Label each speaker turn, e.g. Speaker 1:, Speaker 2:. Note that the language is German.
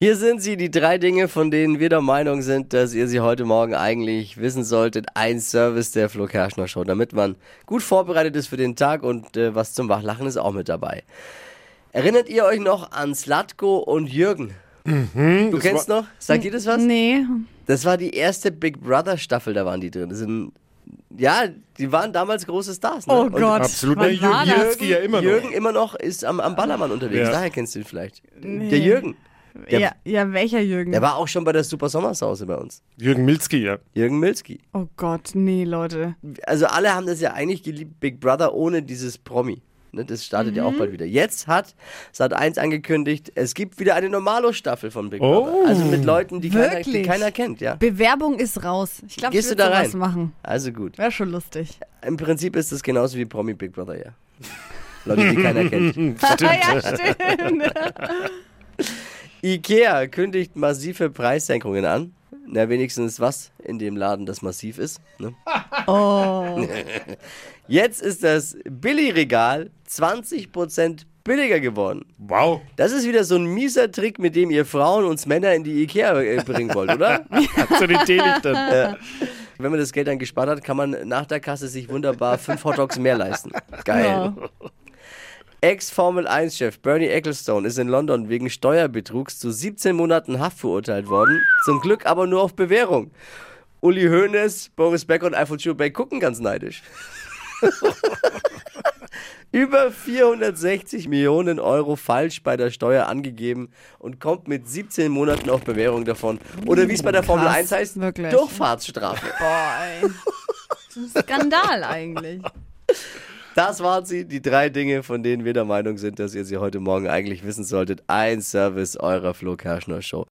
Speaker 1: Hier sind sie, die drei Dinge, von denen wir der Meinung sind, dass ihr sie heute Morgen eigentlich wissen solltet. Ein Service der Flo Kerschner Show, damit man gut vorbereitet ist für den Tag und äh, was zum Wachlachen ist auch mit dabei. Erinnert ihr euch noch an Slatko und Jürgen? du kennst noch? Sagt ihr das was?
Speaker 2: Nee.
Speaker 1: Das war die erste Big Brother Staffel, da waren die drin. Das sind, ja, die waren damals große Stars. Ne?
Speaker 2: Oh
Speaker 1: Und
Speaker 2: Gott.
Speaker 3: absolut.
Speaker 2: Wann
Speaker 3: Ja,
Speaker 2: war
Speaker 3: Jürgen-
Speaker 2: das?
Speaker 3: Jürgen- ja immer noch.
Speaker 1: Jürgen immer noch ist am, am Ballermann unterwegs,
Speaker 3: Ja.
Speaker 1: daher kennst du ihn vielleicht. Der Jürgen, der-
Speaker 2: ja, ja, welcher Jürgen?
Speaker 1: der war auch schon bei der Super Sommersause bei uns.
Speaker 3: Jürgen Milzki, ja.
Speaker 1: Jürgen Milzki.
Speaker 2: oh Gott, nee, Leute.
Speaker 1: Also alle haben das ja eigentlich geliebt, Big Brother ohne dieses Promi. Ne, das startet ja auch bald wieder. Jetzt hat Sat1 angekündigt, es gibt wieder eine Normalo-Staffel von Big
Speaker 3: Oh.
Speaker 1: Brother. Also mit Leuten, die keiner, die
Speaker 2: Wirklich?
Speaker 1: keiner kennt, ja.
Speaker 2: Bewerbung ist raus. Ich glaube, ich
Speaker 1: Gehst
Speaker 2: würde
Speaker 1: du da
Speaker 2: sowas
Speaker 1: rein?
Speaker 2: machen.
Speaker 1: Also gut.
Speaker 2: Wäre schon lustig.
Speaker 1: Im Prinzip ist das genauso wie Promi Big Brother, ja. Leute, die keiner kennt.
Speaker 2: ja, stimmt.
Speaker 1: Ikea kündigt massive Preissenkungen an. Na, wenigstens was in dem Laden, das massiv ist. Ne?
Speaker 2: Oh.
Speaker 1: Jetzt ist das Billigregal 20% billiger geworden.
Speaker 3: Wow.
Speaker 1: Das ist wieder so ein mieser Trick, mit dem ihr Frauen uns Männer in die Ikea äh, bringen wollt, oder?
Speaker 3: Zu den Teelichtern.
Speaker 1: Wenn man das Geld dann gespart hat, kann man nach der Kasse sich wunderbar fünf Hotdogs mehr leisten. Geil.
Speaker 2: Ja.
Speaker 1: Ex-Formel 1-Chef Bernie Ecclestone ist in London wegen Steuerbetrugs zu 17 Monaten Haft verurteilt worden. Zum Glück aber nur auf Bewährung. Uli Hoeneß, Boris Becker und Alfred Schubeck gucken ganz neidisch. Über 460 Millionen Euro falsch bei der Steuer angegeben und kommt mit 17 Monaten auf Bewährung davon. Oder wie es bei der Formel
Speaker 2: Hm, Krass,
Speaker 1: 1 heißt,
Speaker 2: wirklich.
Speaker 1: Durchfahrtsstrafe.
Speaker 2: Boah, ey. Das ist ein Skandal eigentlich.
Speaker 1: Das waren sie, die drei Dinge, von denen wir der Meinung sind, dass ihr sie heute Morgen eigentlich wissen solltet. Ein Service eurer Flo Kerschner Show.